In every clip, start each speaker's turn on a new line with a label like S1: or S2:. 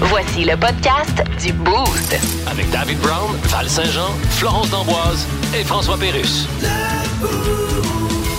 S1: Voici le podcast du Boost.
S2: Avec David Brown, Val Saint-Jean, Florence D'Amboise et François Pérus.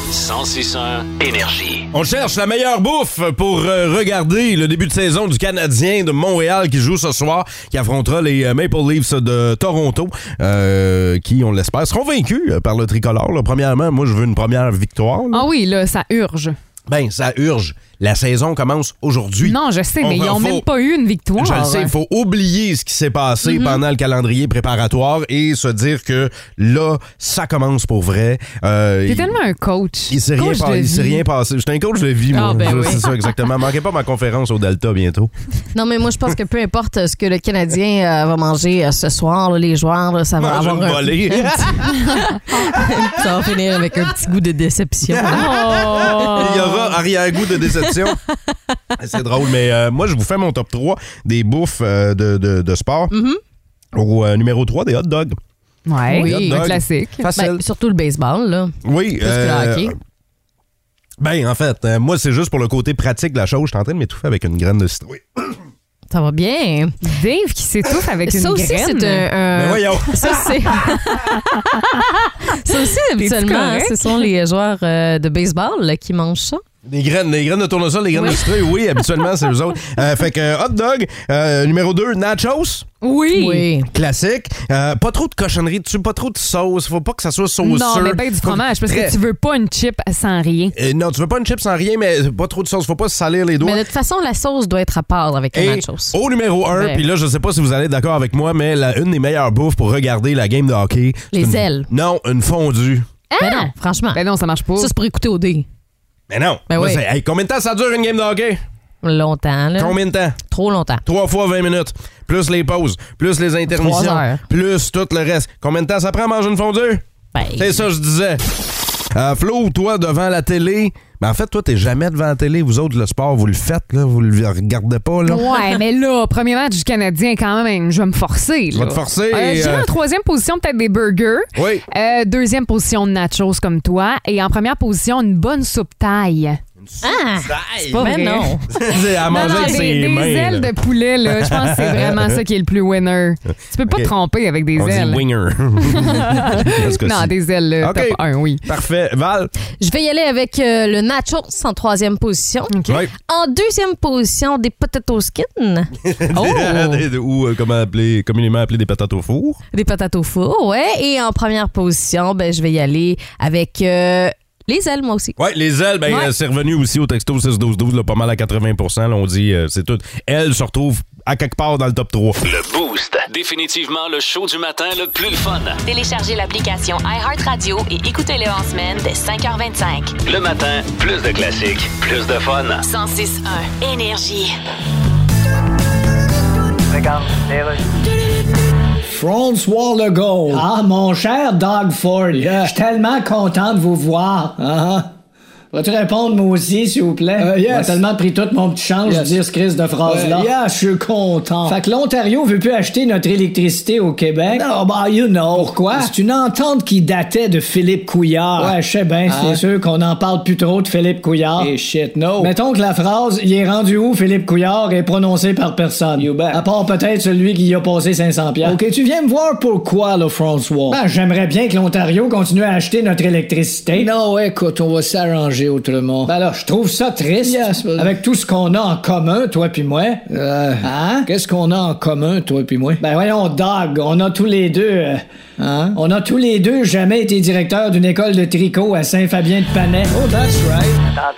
S2: 1061 Énergie.
S3: On cherche la meilleure bouffe pour euh, regarder le début de saison du Canadien de Montréal qui joue ce soir, qui affrontera les euh, Maple Leafs de Toronto, euh, qui, on l'espère, seront vaincus euh, par le tricolore. là. Premièrement, moi, je veux une première victoire. là.
S4: Ah oui, là, ça urge.
S3: Ben, ça urge. La saison commence aujourd'hui.
S4: Non, je sais,
S3: On
S4: mais ils
S3: va-
S4: n'ont
S3: faut-
S4: même pas eu une victoire. Ah
S3: Je le sais, il faut oublier ce qui s'est passé
S4: Mm-hmm.
S3: pendant le calendrier préparatoire et se dire que là, ça commence pour vrai. Euh,
S4: T'es
S3: il-
S4: tellement un coach.
S3: il s'est rien,
S4: Coach
S3: pas-
S4: de
S3: il s'est
S4: vie.
S3: rien passé. J'étais un coach de vie,
S4: Ah,
S3: moi.
S4: ben
S3: Je-
S4: oui.
S3: C'est ça, exactement. Manquez pas ma conférence au Delta bientôt.
S5: Non, mais moi, je pense que peu importe ce que le Canadien euh, va manger euh, ce soir, là, les joueurs, là, ça va
S3: Mange
S5: avoir
S3: une
S5: un...
S3: volée.
S5: Ça va finir avec un petit goût de déception.
S4: Oh!
S3: Il y aura arrière-goût de déception. C'est drôle, mais euh, moi, je vous fais mon top 3 des bouffes euh, de, de- de sport. Au euh, numéro 3, des hot dogs.
S4: Ouais,
S3: Oui. Hot
S4: un
S3: dog.
S4: classique.
S5: Ben, surtout le baseball, là.
S3: Oui. euh,
S5: Plus que le hockey.
S3: Ben, en fait, euh, moi, c'est juste pour le côté pratique de la chose. Je suis en train de m'étouffer avec une graine de citrouille.
S5: Ça va bien.
S4: Dave qui s'étouffe avec une
S5: ça aussi,
S4: graine.
S5: c'est un... un-
S3: Mais Ben voyons.
S5: Ça, c'est... ça aussi, habituellement, hein,
S4: correct?
S5: ce sont les joueurs euh, de baseball là, qui mangent ça.
S3: Des graines, des graines de tournesol, des graines de citrouille, oui, habituellement, c'est eux autres. Euh, fait que euh, hot dog, euh, numéro 2, nachos.
S4: Oui.
S3: Classique. Euh, pas trop de cochonnerie dessus, pas trop de sauce. Faut pas que ça soit sauceux.
S4: Non, mais ben du fromage, parce
S3: Très-
S4: que tu veux pas une chip sans rien.
S3: Euh, non, tu veux pas une chip sans rien, mais pas trop de sauce. Faut pas se salir les doigts.
S5: Mais de toute façon, la sauce doit être à part avec les
S3: Et
S5: nachos.
S3: au numéro 1,
S5: Ouais.
S3: puis là, je sais pas si vous allez être d'accord avec moi, mais la, une des meilleures bouffes pour regarder la game de hockey. c'est
S5: Les
S3: une-
S5: ailes.
S3: Non, une fondue.
S5: Mais non, franchement.
S4: Ben non, ça marche pas.
S5: ça, c'est pour écouter au dé.
S3: Mais non.
S5: Ben
S3: Moi,
S5: oui.
S3: c'est- hey, combien de temps ça dure une game de hockey?
S5: Longtemps, là.
S3: Combien de temps?
S5: Trop longtemps.
S3: Trois fois 20 minutes. Plus les pauses, plus les intermissions,
S5: Trois heures.
S3: plus tout le reste. Combien de temps ça prend à manger une fondue?
S5: Ben,
S3: C'est ça, je disais. Euh, Flo, toi, devant la télé, ben, en fait, toi, t'es jamais devant la télé. Vous autres, le sport, vous le faites, là, vous le regardez pas. Là.
S4: Ouais, mais là, premier match du Canadien, quand même, je vais me forcer.
S3: Tu vas
S4: là.
S3: te forcer
S4: Euh,
S3: et,
S4: J'irai
S3: euh,
S4: en troisième position, peut-être des burgers.
S3: Oui.
S4: Euh, deuxième position, nachos comme toi. Et en première position, une bonne soupe taille.
S3: C'est
S4: pas
S5: ben
S4: vrai.
S5: non.
S3: C'est à manger
S4: non,
S3: avec
S4: des,
S3: ses
S4: des
S3: mains.
S4: ailes
S3: là.
S4: de poulet, là. Je pense que c'est vraiment ça qui est le plus winner. Tu peux pas
S3: Ok.
S4: te tromper avec des
S3: On
S4: ailes.
S3: dit winger. Dans ce cas-ci.
S4: Non, des ailes, là,
S3: Ok.
S4: top 1, oui.
S3: Parfait. Val?
S5: Je vais y aller avec euh, le nachos en troisième position.
S3: Oui.
S5: En deuxième position, des potato skins.
S3: Oh!
S4: Oh!
S3: Ou euh, comment appeler, communément appelé des patates au four.
S5: Des patates au four, ouais. Et en première position, ben, je vais y aller avec euh, les ailes, moi aussi.
S3: Oui, les ailes, ben,
S5: Ouais.
S3: euh, c'est revenu aussi au texto 6-12-12, là, pas mal à 80 là, On dit, euh, c'est tout. Elles se retrouvent à quelque part dans le top 3.
S2: Le Boost. Définitivement le show du matin le plus le fun.
S1: Téléchargez l'application iHeartRadio et écoutez-le en semaine dès 5h25.
S2: Le matin, plus de classiques, plus de fun.
S1: 106.1 Énergie.
S6: François Legault. Ah, mon cher Doug Ford. Je suis tellement content de vous voir. Vas-tu répondre, moi aussi, s'il vous plaît? On a tellement pris tout mon petit change de dire ce crise de phrase-là. Uh, je suis content. Fait que l'Ontario veut plus acheter notre électricité au Québec. Non, bah, you know. Pourquoi? C'est une entente qui datait de Philippe Couillard. Ouais, je sais bien, c'est sûr qu'on n'en parle plus trop de Philippe Couillard. Et Eh, shit, no. Mettons que la phrase « Il est rendu où, Philippe Couillard ?» est prononcée par personne. À part peut-être celui qui y a passé 500 pièces. OK, tu viens me voir pourquoi, là, François? Ben, j'aimerais bien que l'Ontario continue à acheter notre électricité. Non, écoute, on va s'arranger autrement. Ben là, je trouve ça triste. avec tout ce qu'on a en commun, toi puis moi. Hein? Qu'est-ce qu'on a en commun, toi puis moi? Ben voyons, Dog, on a tous les deux... euh, On a tous les deux jamais été directeur d'une école de tricot à Saint-Fabien-de-Panay. Oh, that's right.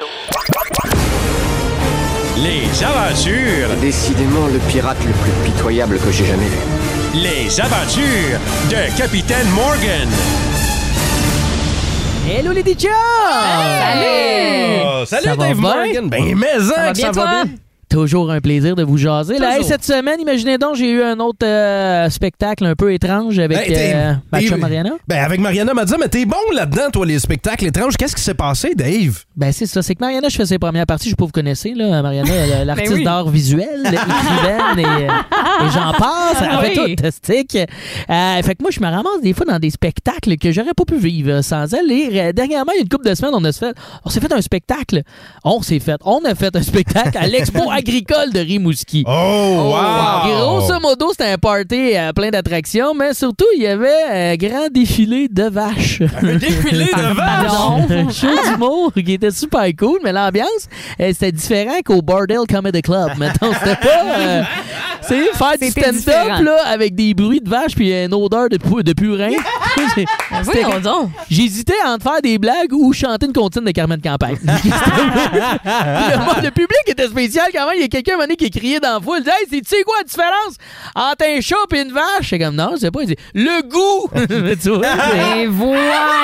S7: Les aventures,
S8: Décidément le pirate le plus pitoyable que j'ai jamais vu.
S7: les aventures de Capitaine Morgan.
S5: Hello, les DJ!
S3: Ah, salut,
S9: Ça va
S3: Dave
S9: bien?
S3: Morgan. Ben, mais
S5: Ça
S3: hein,
S5: va
S3: que
S5: bien,
S3: ça va
S5: toi?
S3: bien.
S9: Toujours un plaisir de vous jaser. Là, hey,
S5: Toujours.
S9: cette semaine, imaginez donc, j'ai eu un autre euh, spectacle un peu étrange avec
S3: Hey, Ben, t'es-
S9: euh, ma
S3: t'es-
S9: chum Mariana.
S3: Ben, avec Mariana m'a dit, mais t'es bon là-dedans, toi, les spectacles étranges. Qu'est-ce qui s'est passé, Dave?
S9: Ben c'est ça, c'est que Mariana, je fais ses premières parties, je sais pas vous connaissez, là, Mariana, elle est l'artiste
S4: oui.
S9: d'art visuel, écrivaine et, euh, et j'en passe, elle fait
S5: Oui.
S9: tout, stick. Euh, fait que moi, je me ramasse des fois dans des spectacles que j'aurais pas pu vivre euh, sans elle. Et euh, dernièrement, il y a une couple de semaines, on a se fait, on s'est fait un spectacle. On s'est fait, on a fait un spectacle à l'Expo agricole de Rimouski.
S3: Oh, wow!
S9: Grosso modo, c'était un party euh, plein d'attractions, mais surtout, il y avait un grand défilé de vaches.
S3: Un défilé de vaches!
S9: Un show d'humour qui était super cool, mais l'ambiance, euh, c'était différent qu'au Bordel Comedy Club. Mettons, c'était pas. euh, c'est faire du
S5: C'était
S9: stand-up
S5: différent.
S9: là, avec des bruits de vaches puis une odeur de, pu- de purin. J'ai- c'était-
S5: Ben Voyons donc.
S9: J'hésitais entre faire des blagues ou chanter une comptine de Carmen Campagne. Puis le, monde- le public était spécial quand même. Il y a quelqu'un à un moment donné, qui criait dans la foule. Il dit, Hey, c'est- tu sais quoi la différence entre un chat et une vache? J'étais comme, non, je sais pas. Il dit, le goût! tu vois, c'est-
S4: Et voyons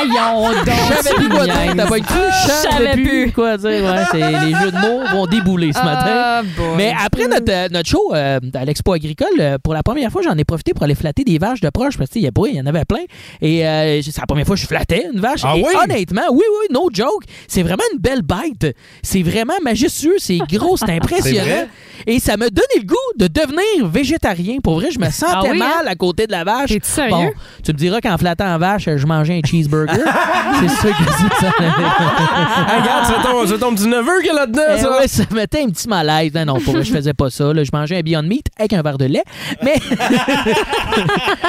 S4: donc!
S9: je savais plus quoi dire. T'as pas cru? Je savais
S5: savais
S9: plus
S5: plus.
S9: quoi dire. Ouais, c'est- les jeux de mots vont débouler ce matin. Mais après notre, euh, notre show euh, à l'Expo agricole, euh, pour la première fois, j'en ai profité pour aller flatter des vaches de proche parce qu'il y, a- oui, il y en avait plein. Et euh, c'est la première fois que je flattais une vache.
S3: Ah
S9: Et
S3: oui?
S9: honnêtement, oui, oui, no joke. C'est vraiment une belle bête. C'est vraiment majestueux, c'est gros, c'est impressionnant.
S3: vrai?
S9: Et ça m'a donné le goût de devenir végétarien. Pour vrai, je me sentais
S4: Ah oui,
S9: mal
S4: hein?
S9: à côté de la vache.
S4: T'es-tu sérieux?
S9: Bon, tu me diras qu'en flattant en vache, je mangeais un cheeseburger. c'est sûr que c'est ça.
S3: Ah, regarde, c'est ton, c'est ton petit neveu qui est là-dedans,
S9: Eh
S3: ça.
S9: ouais, ça mettait un petit malaise. Non, non, pour vrai, je faisais pas ça. là. Je mangeais un Beyond Meat avec un verre de lait. Mais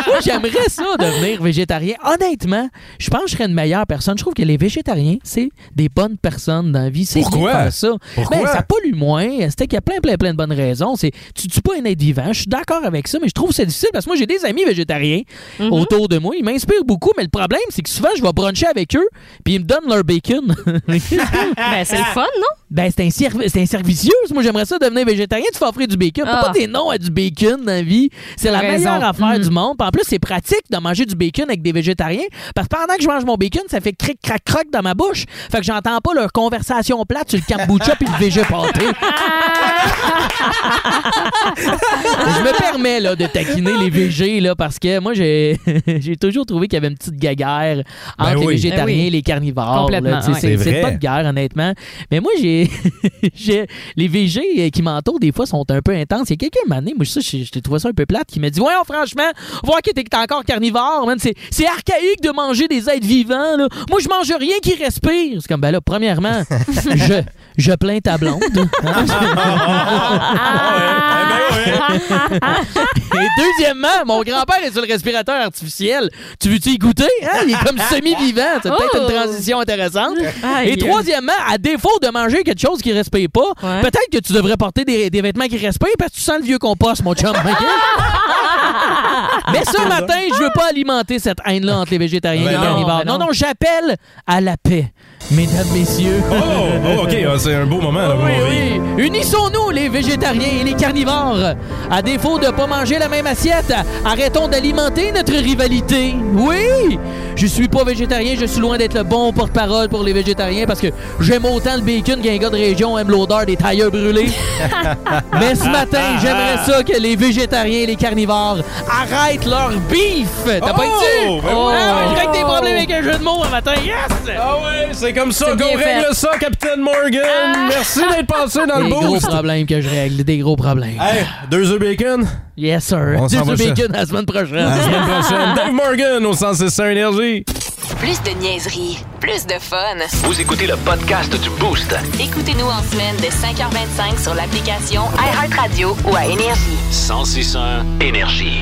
S9: moi, j'aimerais ça, devenir végétarien. Honnêtement, je pense que je serais une meilleure personne. Je trouve que les végétariens, c'est des bonnes personnes dans la vie. C'est
S3: Pourquoi?
S9: bien de faire ça.
S3: Pourquoi?
S9: Ben, ça pollue moins. C'était qu'il y a plein, plein, plein de bonnes raisons. C'est, tu tues pas un être vivant. Je suis d'accord avec ça, mais je trouve que c'est difficile parce que moi, j'ai des amis végétariens autour de moi. Ils m'inspirent beaucoup, mais le problème, c'est que souvent, je vais bruncher avec eux, puis ils me donnent leur bacon.
S5: Ben, c'est le fun, non?
S9: Ben, c'est un, servi- c'est un servicieux. Moi, j'aimerais ça devenir végétarien. Tu fais offrir du bacon. T'as
S5: Ah.
S9: pas des noms à du bacon dans la vie. C'est la
S4: Raison. Mm.
S9: meilleure affaire du monde. Puis en plus, c'est pratique de manger du bacon avec des végétariens. Parce que pendant que je mange mon bacon, ça fait cric, crac, croc dans ma bouche. Fait que j'entends pas leur conversation plate sur le kombucha puis le végé pâté. je me permets là, de taquiner les végés là, parce que moi, j'ai j'ai toujours trouvé qu'il y avait une petite gaguerre
S3: Ben
S9: entre les
S3: oui.
S9: végétariens
S4: Ben oui.
S9: et les carnivores.
S4: Complètement,
S9: là. Tu sais,
S4: ouais.
S9: C'est
S3: C'est
S9: c'est
S3: vrai.
S9: pas de guerre, honnêtement. Mais moi, j'ai. j'ai- les VG euh, qui m'entourent, des fois, sont un peu intenses. Il y a quelqu'un, un moment donné, moi, ça, je, je trouvé ça un peu plate, qui m'a dit Voyons, franchement, voir que t'es que t'es encore carnivore, man, c'est c'est archaïque de manger des êtres vivants. Là. Moi, je mange rien qui respire. C'est comme, ben là, premièrement, je, je plains ta blonde. Hein? Et deuxièmement, mon grand-père est sur le respirateur artificiel. Tu veux-tu y goûter? hein? Il est comme semi-vivant. C'est peut-être
S5: Oh!
S9: une transition intéressante.
S5: Aïe.
S9: Et troisièmement, à défaut de manger quelque chose qui respire pas,
S5: Ouais.
S9: peut-être que tu devrais porter des, des vêtements qui respirent parce que tu sens le vieux compost, mon chum. ok? Mais ce matin, je veux pas alimenter cette haine-là entre les végétariens et
S3: Ben
S9: les
S3: non,
S9: carnivores.
S5: ben
S9: Non,
S5: non.
S9: non, j'appelle à la paix, mesdames, messieurs.
S3: Oh, oh, OK, ah, c'est un beau moment. Là,
S9: Oui,
S3: pour-
S9: oui. Unissons-nous, les végétariens et les carnivores. À défaut de pas manger la même assiette, arrêtons d'alimenter notre rivalité. Oui, je suis pas végétarien, je suis loin d'être le bon porte-parole pour les végétariens parce que j'aime autant le bacon qu'un gars de région aime l'odeur des tailleurs brûlés. Mais ce matin, j'aimerais ça que les végétariens et les carnivores arrêtent leur beef. T'as pas été?
S3: Oh, ben
S9: Ah,
S3: oui.
S9: ouais, j'ai des problèmes avec un jeu de mots un matin. Yes!
S3: Ah ouais, c'est comme ça
S5: C'est
S3: qu'on
S5: bien
S3: règle ça, Capitaine Morgan. Merci d'être passé dans le
S9: Ah. Des gros
S3: boost.
S9: problèmes que je règle, des gros problèmes.
S3: Hey, deux œufs bacon.
S9: Yes, sir.
S3: On
S9: Deux
S3: s'en va
S9: du
S3: ça.
S9: bacon la semaine prochaine.
S10: Ben,
S6: Hein?
S3: À la semaine prochaine. Dave Morgan au 161 Énergie.
S1: Plus de niaiserie, plus de fun.
S2: Vous écoutez le podcast du Boost.
S1: Écoutez-nous en semaine de 5h25 sur l'application iHeartRadio ou à Énergie.
S2: 1061 Énergie.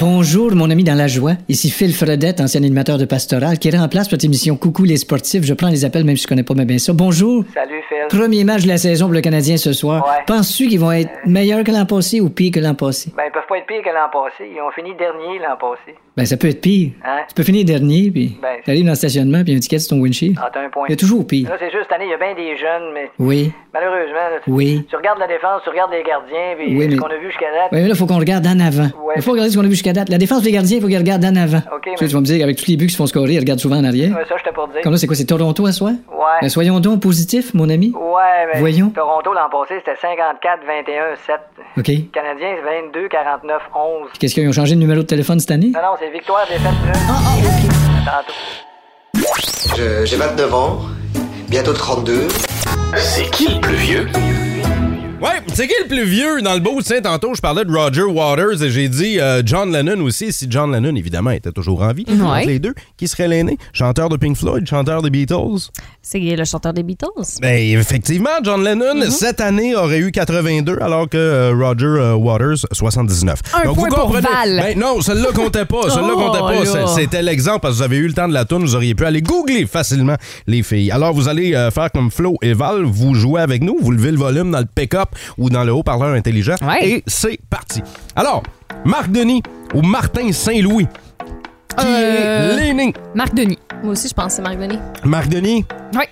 S6: Bonjour, mon ami dans la joie. Ici Phil Fredette, ancien animateur de Pastoral, qui remplace votre émission Coucou les sportifs. Je prends les appels même si je connais pas bien ça. Bonjour.
S10: Salut Phil.
S6: Premier match de la saison pour le Canadien ce soir.
S10: Ouais.
S6: Penses-tu qu'ils vont être meilleurs que l'an passé ou pire que l'an passé?
S10: Ben, ils peuvent pas être pires que l'an passé. Ils ont fini dernier l'an passé.
S6: Ben, ça peut être pire.
S10: Hein?
S6: Tu peux finir dernier, puis
S10: Ben.
S6: t'arrives dans le stationnement, puis il y a un ticket sur ton windshield.
S10: Ah, t'as un point.
S6: Il y a toujours pire.
S10: Là, c'est juste cette année, il y a bien des jeunes, mais
S6: Oui.
S10: malheureusement, là, tu-
S6: Oui.
S10: tu regardes la défense, tu regardes les gardiens, puis
S6: Oui,
S10: ce
S6: mais-
S10: qu'on a vu jusqu'à date.
S6: Oui, mais là, faut qu'on regarde en avant.
S10: Ouais.
S6: Il faut regarder ce qu'on a vu jusqu'à date. La défense des gardiens, il faut qu'ils regardent en avant.
S10: OK,
S6: tu, sais,
S10: mais-
S6: tu vas me dire, avec tous les buts qui se font scorer, ils regardent souvent en arrière.
S10: Ouais, ça, je t'ai pas dit.
S6: Comme là, c'est quoi, c'est Toronto à soi?
S10: Ouais.
S6: Ben, soyons donc positifs, mon ami.
S10: Ouais, mais
S6: Voyons.
S10: Toronto l'an passé, c'était 54-21-7.
S6: OK.
S10: Les Canadiens, c'est 22-49-11.
S6: Qu'est-ce qu'ils ont changé de numéro de téléphone cette année?
S10: Non, non, c'est victoire des 7 Tantôt.
S8: Je- J'ai 29 ans, bientôt 32.
S2: C'est qui le plus vieux?
S3: Ouais, c'est qui le plus vieux dans le beau? Tiens, tantôt, je parlais de Roger Waters et j'ai dit euh, John Lennon aussi. Si John Lennon, évidemment, était toujours en vie,
S5: Ouais.
S3: entre les deux, qui serait l'aîné? Chanteur de Pink Floyd, chanteur des Beatles?
S5: C'est le chanteur des Beatles.
S3: Ben, effectivement, John Lennon,
S5: Mhm.
S3: cette année, aurait eu 82, alors que euh, Roger euh, Waters, 79.
S5: Un
S3: vous
S5: point pour
S3: comprenez-
S5: Val.
S3: Ben non, celle-là comptait pas. Celle-là
S5: Oh,
S3: comptait pas.
S5: là.
S3: C'est- C'était l'exemple, parce que vous avez eu le temps de la tourne, vous auriez pu aller googler facilement les filles. Alors, vous allez euh, faire comme Flo et Val, vous jouez avec nous, vous levez le volume dans le pick-up ou dans le haut-parleur intelligent, et c'est parti. Alors, Marc Denis ou Martin Saint-Louis, qui
S5: Euh,
S3: est l'aîné?
S4: Marc Denis.
S5: Moi aussi, je pense que c'est Marc Denis.
S3: Marc Denis?
S4: Oui.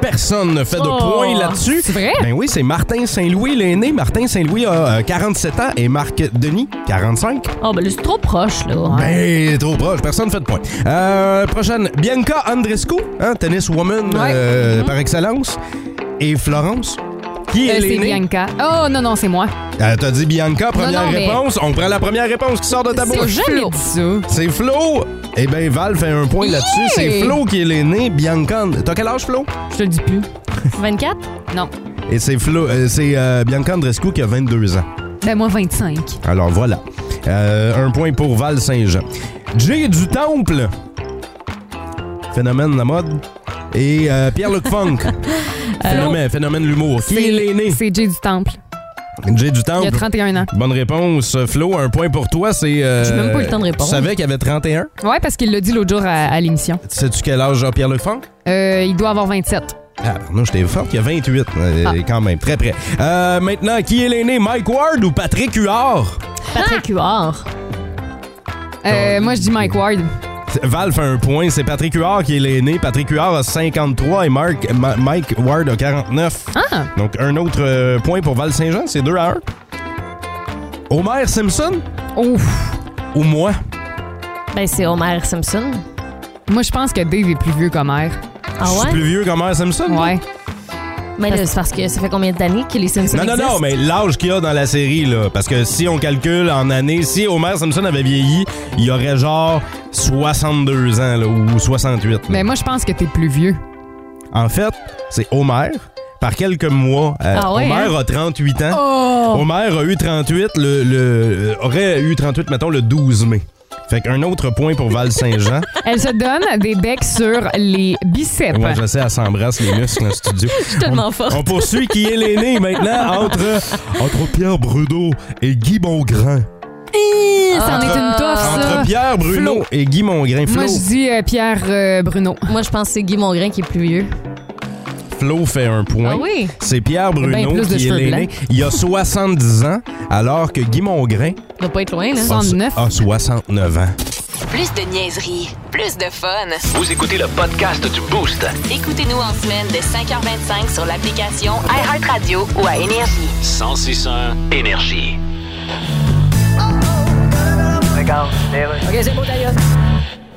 S3: Personne ne fait de
S5: Oh,
S3: point là-dessus.
S5: c'est vrai?
S3: Ben oui, c'est Martin Saint-Louis, l'aîné. Martin Saint-Louis a euh, 47 ans et Marc Denis, 45.
S5: Oh, ben là, c'est trop proche, là.
S3: Ben, trop proche. Personne ne fait de point. Euh, prochaine, Bianca Andrescu, hein, tennis woman euh, par excellence. Et Florence, qui est
S4: Mm-hmm. Euh, c'est
S3: l'aînée?
S4: Bianca. Oh non, non, c'est moi.
S3: Euh, T'as dit Bianca, première
S4: non, mais-
S3: réponse. On prend la première réponse qui sort de ta
S4: C'est
S3: bouche.
S4: jamais dit ça.
S3: C'est Flo. Eh bien, Val fait un point là-dessus. C'est Flo qui est l'aîné. Bianca. T'as quel âge, Flo?
S4: Je te le dis plus.
S5: 24?
S4: Non.
S3: Et c'est Flo, euh, c'est euh, Bianca Andrescu qui a 22 ans.
S4: Ben moi, 25.
S3: Alors voilà. Euh, un point pour Val Saint-Jean. Jay du Temple. Phénomène de la mode. Et euh, Pierre-Luc Funk. phénomène, phénomène de l'humour. Qui est l'aîné? Oh.
S4: C'est Jay du Temple.
S3: Jay du
S4: Il
S3: Temple.
S4: a 31 ans.
S3: Bonne réponse, Flo. Un point pour toi. C'est. euh,
S4: J'ai même pas eu le temps de répondre.
S3: Tu savais qu'il avait 31?
S4: Ouais, parce qu'il l'a dit l'autre jour à, à l'émission.
S3: Sais-tu quel âge a Pierre-Luc Funk?
S4: Euh, il doit avoir 27.
S3: Ah, non, j'étais fort qu'il y a 28. euh,
S4: Ah.
S3: Quand même, très près. Euh, maintenant, qui est l'aîné? Mike Ward ou Patrick Huard?
S5: Patrick Huard.
S3: Oh,
S4: Euh, moi, je dis Mike Ward.
S3: Val fait un point. C'est Patrick Huard qui est l'aîné. Patrick Huard a 53 et Mark- Ma- Mike Ward a 49.
S4: Ah!
S3: Donc, un autre euh, point pour Val Saint-Jean. C'est 2 à 1. Homer Simpson
S4: Ouf!
S3: ou moi?
S5: Ben, c'est Homer Simpson.
S4: Moi, je pense que Dave est plus vieux qu'Homer.
S5: Ah
S3: Je suis
S5: ouais?
S3: plus vieux qu'Homer Simpson?
S4: Ouais.
S5: Mais là, c'est parce que ça fait combien d'années que les Simpsons
S3: Non, non, non,
S5: existent?
S3: mais l'âge qu'il a dans la série, là. Parce que si on calcule en années, si Homer Simpson avait vieilli, il aurait genre 62 ans, là, ou 68. là.
S4: Mais moi, je pense que t'es plus vieux.
S3: En fait, c'est Homer. Par quelques mois, euh,
S4: Ah ouais,
S3: Homer
S4: hein?
S3: a 38 ans.
S4: Oh!
S3: Homer a eu 38, le, le- euh, aurait eu 38, mettons, le 12 mai. Fait qu'un autre point pour Val-Saint-Jean.
S4: Elle se donne des becs sur les biceps.
S3: Moi, je sais, elle s'embrasse les muscles dans le studio.
S4: tellement
S3: on,
S4: forte.
S3: On poursuit qui est l'aîné maintenant entre, entre Pierre Bruno et Guy Mongrain.
S4: Hi, C'en est
S3: Ah!
S4: une toffe, ça.
S3: Entre Pierre Bruno
S4: Flo.
S3: et Guy Mongrain. Flo,
S4: Moi, je dis euh, Pierre euh, Bruno.
S5: Moi, je pense que c'est Guy Mongrain qui est plus vieux.
S3: Flo fait un point.
S5: Ah oui?
S3: C'est Pierre
S5: Ben,
S3: Bruno
S5: plus de
S3: qui est
S5: cheveux
S3: l'aîné.
S5: blancs.
S3: Il a 70 ans, alors que Guy Mongrain
S5: Il doit pas être loin, là.
S3: a, a 69 Ah, ans.
S1: Plus de niaiserie, plus de fun.
S2: Vous écoutez le podcast du Boost.
S1: Écoutez-nous en semaine de 5h25 sur l'application iHeartRadio ou à Énergie.
S2: 1061 Énergie.
S10: Regarde, OK, c'est beau, d'ailleurs.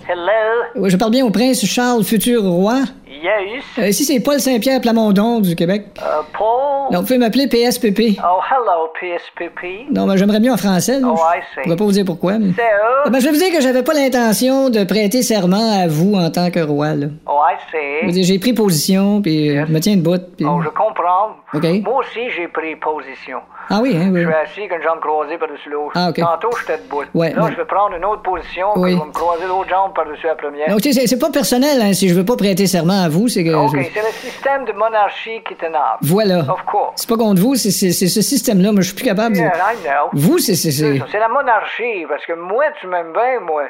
S10: Hello?
S6: Oui, Je parle bien au prince Charles, futur roi.
S10: Yes?
S6: Euh, ici, c'est Paul Saint-Pierre Plamondon du Québec.
S10: Euh, Paul?
S6: Non, vous pouvez m'appeler PSPP.
S10: Oh, hello, PSPP.
S6: Non, mais j'aimerais mieux en français. là.
S10: Oh, I see. E.
S6: je ne pourrais pas vous dire pourquoi. mais-
S10: Sir?
S6: Ah, ben, je vais vous dire que j'avais pas l'intention de prêter serment à vous en tant que roi. là.
S10: Oh, I
S6: Je veux
S10: see.
S6: dire, J'ai pris position, puis euh, je me tiens debout. Puis...
S10: Oh, je comprends.
S6: OK.
S10: Moi aussi, j'ai pris position.
S6: Ah oui, hein, oui.
S10: Je suis assis avec une jambe croisée par-dessus l'autre.
S6: Ah, OK.
S10: Tantôt, j'étais debout.
S6: Ouais,
S10: Là,
S6: ouais.
S10: je vais prendre une autre position, puis
S6: Oui.
S10: je vais me croiser l'autre jambe par-dessus la première.
S6: Non, tu sais, c'est- c'est pas personnel, hein, si je veux pas prêter serment à vous, c'est que...
S10: OK,
S6: je-
S10: c'est le système de monarchie qui t'énerve.
S6: Voilà.
S10: Of course.
S6: C'est pas contre vous, c'est c'est- c'est ce système-là, mais je suis plus capable de...
S10: Yeah, I know.
S6: Vous, c'est- c'est- c'est...
S10: C'est la monarchie, parce que moi, tu m'aimes bien, moi.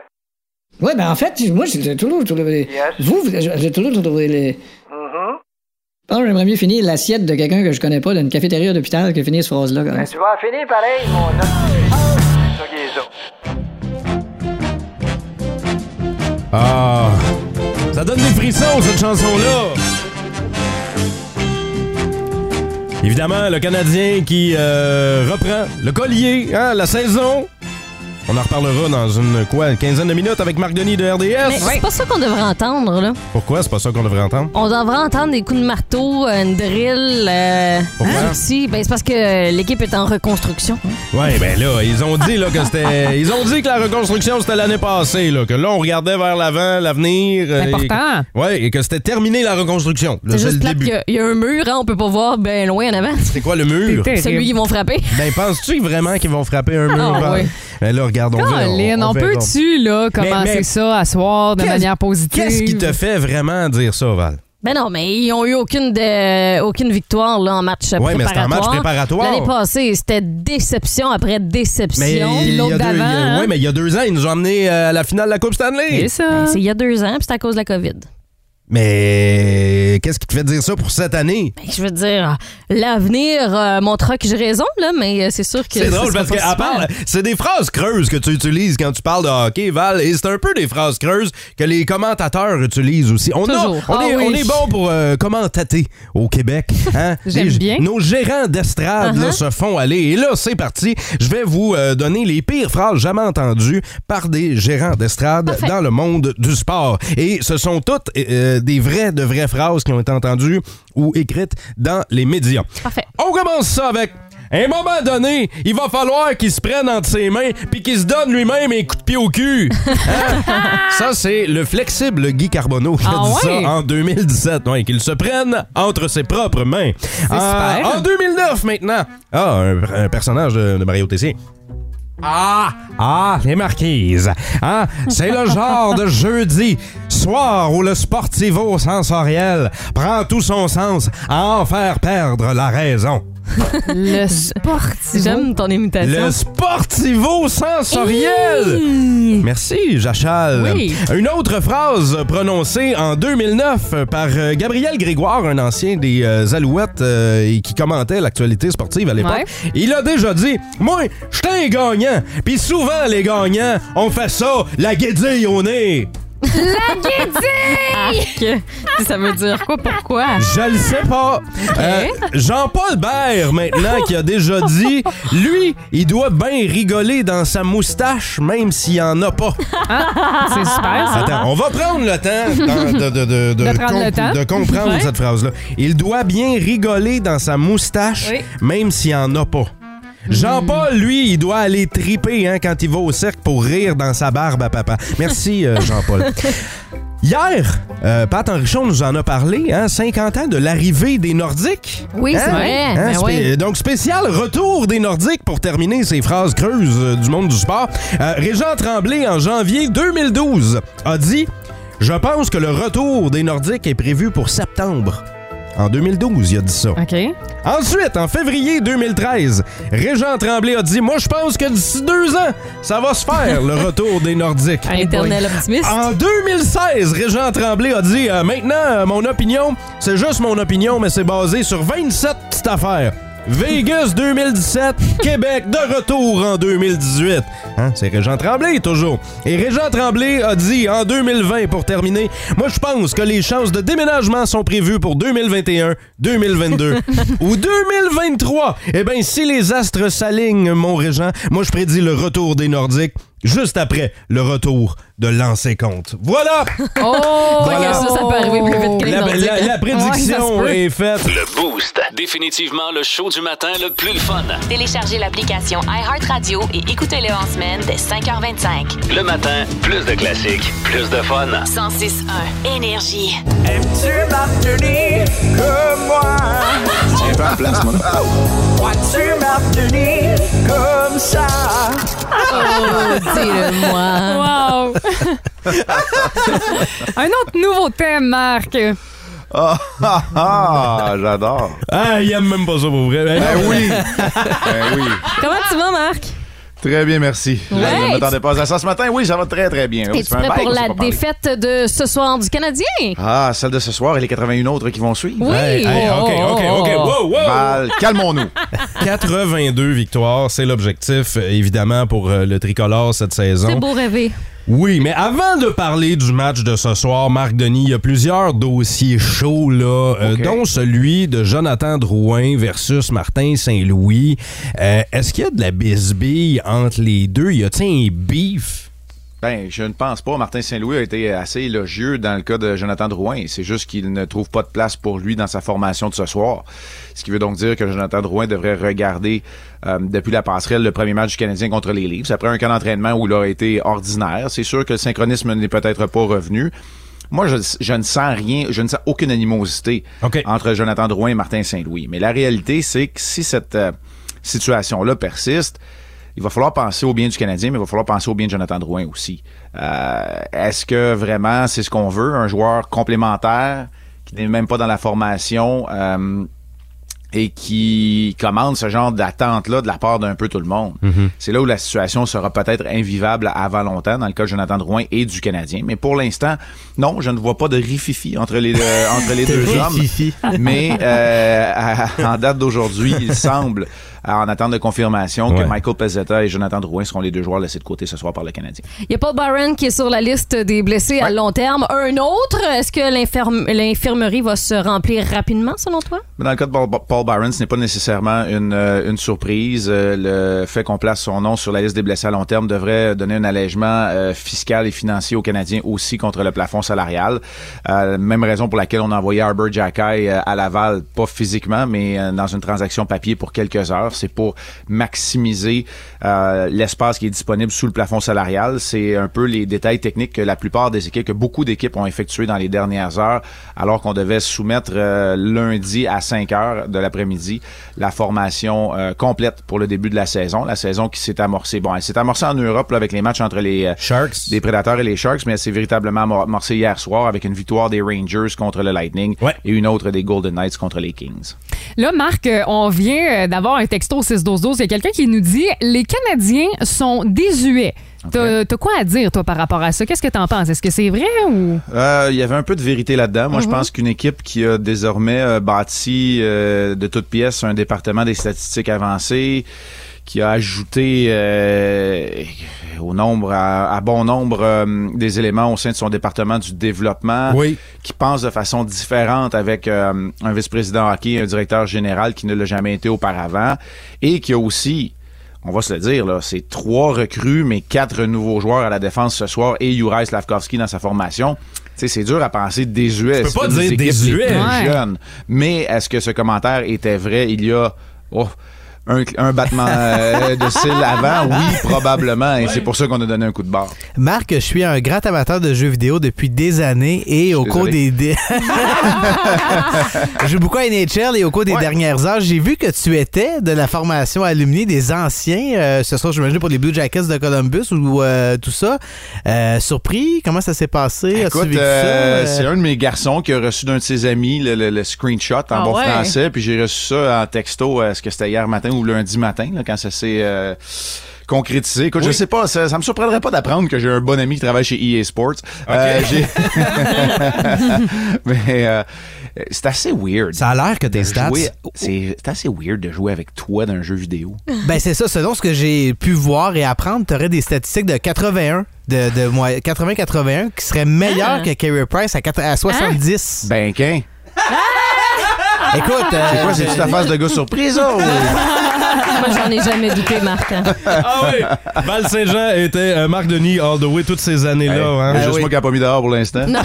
S6: Oui, ben en fait, moi, j'ai toujours trouvé... Vous, vous- j'ai toujours trouvé... Les...
S10: Mhm.
S6: Je pense que j'aimerais mieux finir l'assiette de quelqu'un que je connais pas d'une cafétéria d'hôpital que finir cette phrase-là. quand même.
S10: Mais tu vas finir pareil, mon homme. C'est ça qui est ça.
S3: Ah! Ça donne des frissons, cette chanson-là! Évidemment, le Canadien qui euh, reprend le collier, hein, la saison. On en reparlera dans une quoi, une quinzaine de minutes avec Marc Denis de RDS.
S5: Mais c'est pas ça qu'on devrait entendre, là.
S3: Pourquoi? C'est pas ça qu'on devrait entendre?
S5: On devrait entendre des coups de marteau, une drill, euh,
S3: Pourquoi?
S5: un outil. Ben, c'est parce que l'équipe est en reconstruction.
S3: Ouais, ben là, ils ont dit là, que c'était. Ils ont dit que la reconstruction, c'était l'année passée, là, que là, on regardait vers l'avant, l'avenir. euh, et-
S5: important.
S3: ouais, et que c'était terminé la reconstruction. Là,
S5: C'est
S3: C'est le
S5: juste plate
S3: début.
S5: qu'il y a- il y, a un mur, hein, on peut pas voir bien loin en avant.
S3: C'est quoi le mur?
S5: Celui qu'ils vont frapper.
S3: Ben, penses-tu vraiment qu'ils vont frapper un mur?
S5: Ah,
S3: Ben,
S5: oui.
S3: Ben là, regarde, on verra,
S4: Colin, on
S3: verra.
S4: peut-tu, là, commencer
S3: mais-
S4: ça à soir de
S3: Qu'est-ce-
S4: manière positive?
S3: Qu'est-ce qui te fait vraiment dire ça, Val?
S5: Ben non, mais ils ont eu aucune, de, aucune victoire là, en match
S3: Ouais,
S5: préparatoire.
S3: mais c'était en match préparatoire.
S5: L'année passée, c'était déception après déception.
S3: Mais il
S5: Puis
S3: y a
S5: l'autre
S3: deux- il y a-
S5: d'avant, hein.
S3: ouais, mais il y a deux ans, ils nous ont emmenés euh, à la finale de la Coupe Stanley.
S5: Ben, C'est il y a deux ans, puis c'est à cause de la COVID. Ben,
S3: Mais qu'est-ce qui te fait dire ça pour cette année?
S5: Ben, Je veux dire, l'avenir euh, montrera que j'ai raison, là, mais euh, c'est sûr que.
S3: C'est
S5: ça
S3: drôle
S5: sera
S3: parce que
S5: pas
S3: à
S5: super.
S3: part, c'est des phrases creuses que tu utilises quand tu parles de hockey, Val, et c'est un peu des phrases creuses que les commentateurs utilisent aussi. On, a-
S2: Toujours.
S3: on,
S2: Ah
S3: est,
S2: oui.
S3: on est bon pour euh, commentater au Québec. hein?
S2: J'aime
S3: Les-
S2: bien.
S3: Nos gérants d'estrade là,
S2: Uh-huh.
S3: se font aller. Et là, c'est parti. Je vais vous euh, donner les pires phrases jamais entendues par des gérants d'estrade dans le monde du sport. Et ce sont toutes euh, des vraies, de vraies phrases qui ont été entendues ou écrites dans les médias.
S5: Parfait.
S3: On commence ça avec. À un moment donné, il va falloir qu'il se prenne entre ses mains puis qu'il se donne lui-même un coup de pied au cul. Hein? ça, c'est le flexible Guy Carbonneau qui a
S2: Ah
S3: dit
S2: ouais?
S3: ça en 2017. Ouais, qu'il se prenne entre ses propres mains. Euh,
S2: super.
S3: En 2009 maintenant. Ah, un, un personnage de, de Mario Tessier. Ah, ah, les marquises. Hein? C'est le genre de jeudi soir où le sportivo sensoriel prend tout son sens à en faire perdre la raison.
S5: Le sportif. J'aime ton imitation.
S3: Le sportivo sensoriel. Merci, Jachal.
S5: Oui.
S3: Une autre phrase prononcée en 2009 par euh, Gabriel Grégoire, un ancien des euh, Alouettes euh, et qui commentait l'actualité sportive à l'époque.
S2: Ouais.
S3: Il a déjà dit Moi, j'étais un gagnant. Puis souvent, les gagnants, on fait ça, la guédille au nez.
S5: La guédille! Arc! Ça veut dire quoi, pourquoi?
S3: Je le sais pas. Euh, Jean-Paul Bert, maintenant, qui a déjà dit, lui, il doit bien rigoler dans sa moustache, même s'il n'y en a pas.
S2: C'est super, ça.
S3: Attends, on va prendre le temps d'en- de, de- de- de
S2: Ah. De prendre le temps.
S3: de comprendre
S2: Ouais.
S3: cette phrase-là. Il doit bien rigoler dans sa moustache,
S2: Oui.
S3: même s'il n'y en a pas. Jean-Paul, lui, il doit aller triper hein, quand il va au cercle pour rire dans sa barbe à papa. Merci, euh, Jean-Paul. Hier, euh, Pat Henrichon nous en a parlé, hein, 50 ans de l'arrivée des Nordiques.
S5: Oui, c'est
S3: Hein?
S5: vrai,
S3: Hein,
S5: ben
S3: spé-
S5: oui.
S3: Donc, spécial retour des Nordiques pour terminer ces phrases creuses euh, du monde du sport. Euh, Régent Tremblay, en janvier 2012, a dit Je pense que le retour des Nordiques est prévu pour septembre. En 2012, il a dit ça. Ensuite, en février 2013, Régent Tremblay a dit Moi, je pense que d'ici deux ans, ça va se faire, le retour des Nordiques.
S5: Éternel optimiste.
S3: En 2016, Régent Tremblay a dit euh, Maintenant, euh, mon opinion, c'est juste mon opinion, mais c'est basé sur 27 petites affaires. Vegas 2017, Québec de retour en 2018. Hein, c'est Régent Tremblay toujours. Et Régent Tremblay a dit en 2020 pour terminer, moi je pense que les chances de déménagement sont prévues pour 2021, 2022 ou 2023. Eh bien, si les astres s'alignent, mon Régent, moi je prédis le retour des Nordiques juste après le retour de l'ancien compte. Voilà!
S5: Oh!
S3: Ah, Voilà.
S5: Ça, ça peut arriver plus vite que les
S3: La-
S5: Nordiques,
S3: la-
S5: hein.
S3: la prédiction
S5: Ouais, ça se peut.
S3: est faite.
S2: Le Boost. Définitivement le show du matin le plus le fun.
S1: Téléchargez l'application iHeartRadio et écoutez-le en semaine dès 5h25.
S2: Le matin, plus de classiques, plus de fun.
S1: 106.1 Énergie.
S2: Aimes-tu
S1: m'appeler
S11: comme moi?
S2: Tiens, pas en place, mon
S11: Vois-tu m'appeler comme ça?
S5: Oh, dis-le-moi.
S4: Wow! Un autre nouveau thème, Marc.
S12: Ah, ah, ah, j'adore.
S3: Ah, il aime même pas ça pour vrai. Ben,
S12: oui. ben oui.
S5: Comment tu vas, Marc?
S12: Très bien, merci. Je- Je
S5: Ouais.
S12: ne m'attendais pas à ça ce matin. Oui, ça va très, très bien.
S5: Es-tu
S12: Ça fait un
S5: prêt
S12: bail
S5: pour
S12: qu'on s'est
S5: la
S12: pas parlé.
S5: défaite de ce soir du Canadien?
S12: Ah, celle de ce soir et les 81 autres qui vont suivre.
S5: Oui. Hey, hey, Oh, OK,
S3: OK, OK. Wow, wow.
S12: Val, calmons-nous.
S3: 82 victoires, c'est l'objectif, euh, évidemment, pour euh, le tricolore cette saison.
S5: C'est beau rêver.
S3: Oui, mais avant de parler du match de ce soir, Marc Denis, il y a plusieurs dossiers chauds, là, euh, dont celui de Jonathan Drouin versus Martin Saint-Louis. Euh, Est-ce qu'il y a de la bisbille entre les deux? Y a-t-il un beef?
S12: Ben, je ne pense pas. Martin Saint-Louis a été assez élogieux dans le cas de Jonathan Drouin. C'est juste qu'il ne trouve pas de place pour lui dans sa formation de ce soir. Ce qui veut donc dire que Jonathan Drouin devrait regarder euh, depuis la passerelle le premier match du Canadien contre les Leafs. Après un camp d'entraînement où il aurait été ordinaire, c'est sûr que le synchronisme n'est peut-être pas revenu. Moi, je, je, ne sens rien, je ne sens aucune animosité okay. entre Jonathan Drouin et Martin Saint-Louis. Mais la réalité, c'est que si cette euh, situation-là persiste, il va falloir penser au bien du Canadien, mais il va falloir penser au bien de Jonathan Drouin aussi. Euh, Est-ce que vraiment c'est ce qu'on veut, un joueur complémentaire qui n'est même pas dans la formation euh, et qui commande ce genre d'attente-là de la part d'un peu tout le monde? Mm -hmm. C'est là où la situation sera peut-être invivable avant longtemps dans le cas de Jonathan Drouin et du Canadien. Mais pour l'instant, non, je ne vois pas de rififi entre les, euh, entre les deux rififi. hommes. Mais euh, à, en date d'aujourd'hui, il semble en attente de confirmation ouais. que Michael Pezzetta et Jonathan Drouin seront les deux joueurs laissés de côté ce soir par le Canadien.
S5: Il n'y a pas Barron qui est sur la liste des blessés ouais. à long terme. Un autre, est-ce que l'infirmerie va se remplir rapidement selon toi?
S12: Dans le cas de Paul Barron, ce n'est pas nécessairement une, euh, une, surprise. Euh, Le fait qu'on place son nom sur la liste des blessés à long terme devrait donner un allègement euh, fiscal et financier aux Canadiens aussi contre le plafond salarial. Euh, même raison pour laquelle on a envoyé Arbor Jackai euh, à Laval, pas physiquement, mais euh, dans une transaction papier pour quelques heures c'est pour maximiser euh, l'espace qui est disponible sous le plafond salarial. C'est un peu les détails techniques que la plupart des équipes, que beaucoup d'équipes ont effectué dans les dernières heures, alors qu'on devait soumettre euh, lundi à 5 heures de l'après-midi la formation euh, complète pour le début de la saison, la saison qui s'est amorcée. Bon, elle s'est amorcée en Europe là, avec les matchs entre les
S3: Sharks,
S12: les Prédateurs et les Sharks, mais elle s'est véritablement amorcée hier soir avec une victoire des Rangers contre le Lightning
S3: ouais.
S12: et une autre des Golden Knights contre les Kings.
S4: Là, Marc, euh, on vient d'avoir un texto 6-12-12. Il y a quelqu'un qui nous dit Les Canadiens sont désuets. Okay. T'as quoi à dire, toi, par rapport à ça? Qu'est-ce que t'en penses? Est-ce que c'est vrai ou.
S12: Il euh, y avait un peu de vérité là-dedans. Moi, mm -hmm. je pense qu'une équipe qui a désormais euh, bâti euh, de toutes pièces un département des statistiques avancées, qui a ajouté euh, au nombre, à, à bon nombre euh, des éléments au sein de son département du développement,
S3: oui.
S12: qui pense de façon différente avec euh, un vice-président hockey, un directeur général qui ne l'a jamais été auparavant, et qui a aussi, on va se le dire, là, c'est trois recrues, mais quatre nouveaux joueurs à la défense ce soir, et Juraj Slavkovski dans sa formation c'est dur à penser désuet.
S3: Tu peux pas dire désuet.
S12: Ouais. Mais est-ce que ce commentaire était vrai il y a... Oh, un, un, battement euh, de cils avant, oui, probablement. Et ouais. c'est pour ça qu'on a donné un coup de barre.
S13: Marc, je suis un grand amateur de jeux vidéo depuis des années et au cours des. des... je joue beaucoup à NHL et au cours des ouais. dernières heures, j'ai vu que tu étais de la formation alumni des anciens, euh, ce soir, j'imagine, pour les Blue Jackets de Columbus ou euh, tout ça. Euh, surpris, comment ça s'est passé?
S12: Écoute, euh,
S13: euh?
S12: c'est un de mes garçons qui a reçu d'un de ses amis le, le, le screenshot en ah, bon ouais. français, puis j'ai reçu ça en texto, euh, est-ce que c'était hier matin? ou lundi matin, là, quand ça s'est euh, concrétisé. Écoute, oui. je sais pas, ça, ça me surprendrait pas d'apprendre que j'ai un bon ami qui travaille chez EA Sports. Okay. Euh, Mais euh, c'est assez weird.
S13: Ça a l'air que tes stats.
S12: C'est assez weird de jouer avec toi dans un jeu vidéo.
S13: Ben c'est ça, selon ce que j'ai pu voir et apprendre, t'aurais des statistiques de 81 de, de 80-81 qui seraient meilleures ah. que Carey Price à, 4, à 70.
S12: Ah. Ben qu'un. Ah.
S13: Écoute.
S12: c'est quoi,
S13: Ah,
S12: c'est-tu ta face
S13: ben,
S12: de gars surprise, oh? ou...
S13: hein.
S5: Moi, j'en ai jamais douté, Marc. hein.
S3: Ah oui! Val Saint-Jean était euh, Marc Denis all the way toutes ces années-là. Hey,
S12: Ben
S3: hein?
S13: Ben
S12: juste oui. moi qui n'ai pas mis dehors pour l'instant.
S5: Non,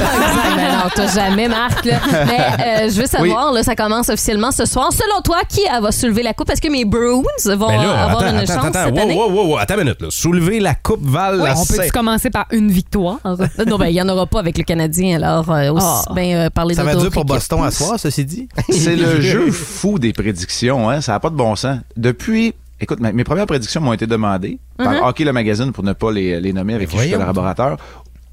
S5: mais non, t'as jamais, Marc. Là. Mais euh, je veux savoir, oui. là, ça commence officiellement ce soir. Selon toi, qui elle va soulever la coupe? Est-ce que mes Bruins vont
S3: ben
S5: là, avoir
S3: attends,
S5: une
S3: attends,
S5: chance
S3: attends,
S5: cette
S3: wow,
S5: année?
S3: Wow, wow, attends une minute. Là. Soulever la coupe, Val.
S4: Oui, on peut commencer par une victoire?
S5: non, ben, il n'y en aura pas avec le Canadien, alors euh, aussi oh. bien parler
S13: Ça va dur pour Boston à soir, ceci dit.
S12: C'est le jeu fou des prédictions, hein? Ça n'a pas de bon sens. Depuis Écoute, mes premières prédictions m'ont été demandées par
S3: Mm-hmm.
S12: mm -hmm. Hockey le Magazine pour ne pas les, les nommer avec qui je suis collaborateur.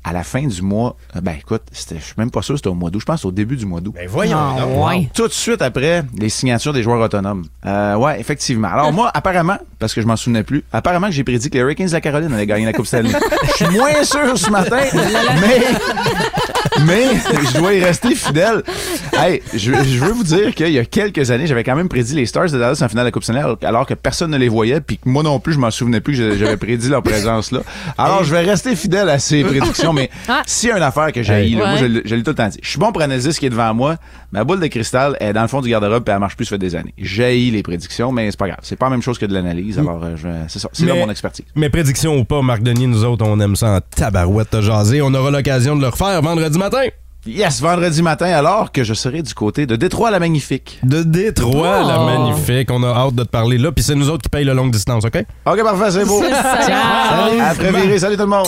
S12: À la fin du mois, ben écoute, je suis même pas sûr c'était au mois d'août. Je pense au début du mois d'août.
S3: Ben voyons.
S4: Ah,
S12: Oh, ouais. Tout de suite après, les signatures des joueurs autonomes. Euh, ouais, effectivement. Alors moi, apparemment, parce que je m'en souvenais plus. Apparemment que j'ai prédit que les Hurricanes de la Caroline allaient gagner la Coupe Stanley. Je suis moins sûr ce matin, mais mais je dois y rester fidèle. Hey, je, je veux vous dire qu'il y a quelques années, j'avais quand même prédit les Stars de Dallas en finale de la Coupe Stanley alors que personne ne les voyait puis que moi non plus, je m'en souvenais plus que j'avais prédit leur présence là. Alors, je vais rester fidèle à ces prédictions, mais s'il y a une affaire que j'ai,
S14: Ouais.
S12: moi je, l'ai- je l'ai tout le temps dit. Je suis bon pour analyser ce qui est devant moi. Ma boule de cristal est dans le fond du garde-robe et elle marche plus ça fait des années. J'ai les prédictions, mais c'est pas grave. C'est pas la même chose que de l'analyse. Alors, euh, je vais- c'est ça. C'est là
S3: Mais-
S12: mon expertise.
S3: Mes prédictions ou pas, Marc Denis, nous autres, on aime ça en tabarouette de jaser. On aura l'occasion de le refaire vendredi matin.
S12: Yes, vendredi matin, alors que je serai du côté de Détroit la Magnifique.
S3: De Détroit la
S12: Oh.
S3: Magnifique. On a hâte de te parler là. Puis c'est nous autres qui payent la longue distance, OK?
S12: OK, parfait, c'est beau.
S3: C'est ça.
S12: Salut. Après virer, salut tout le monde.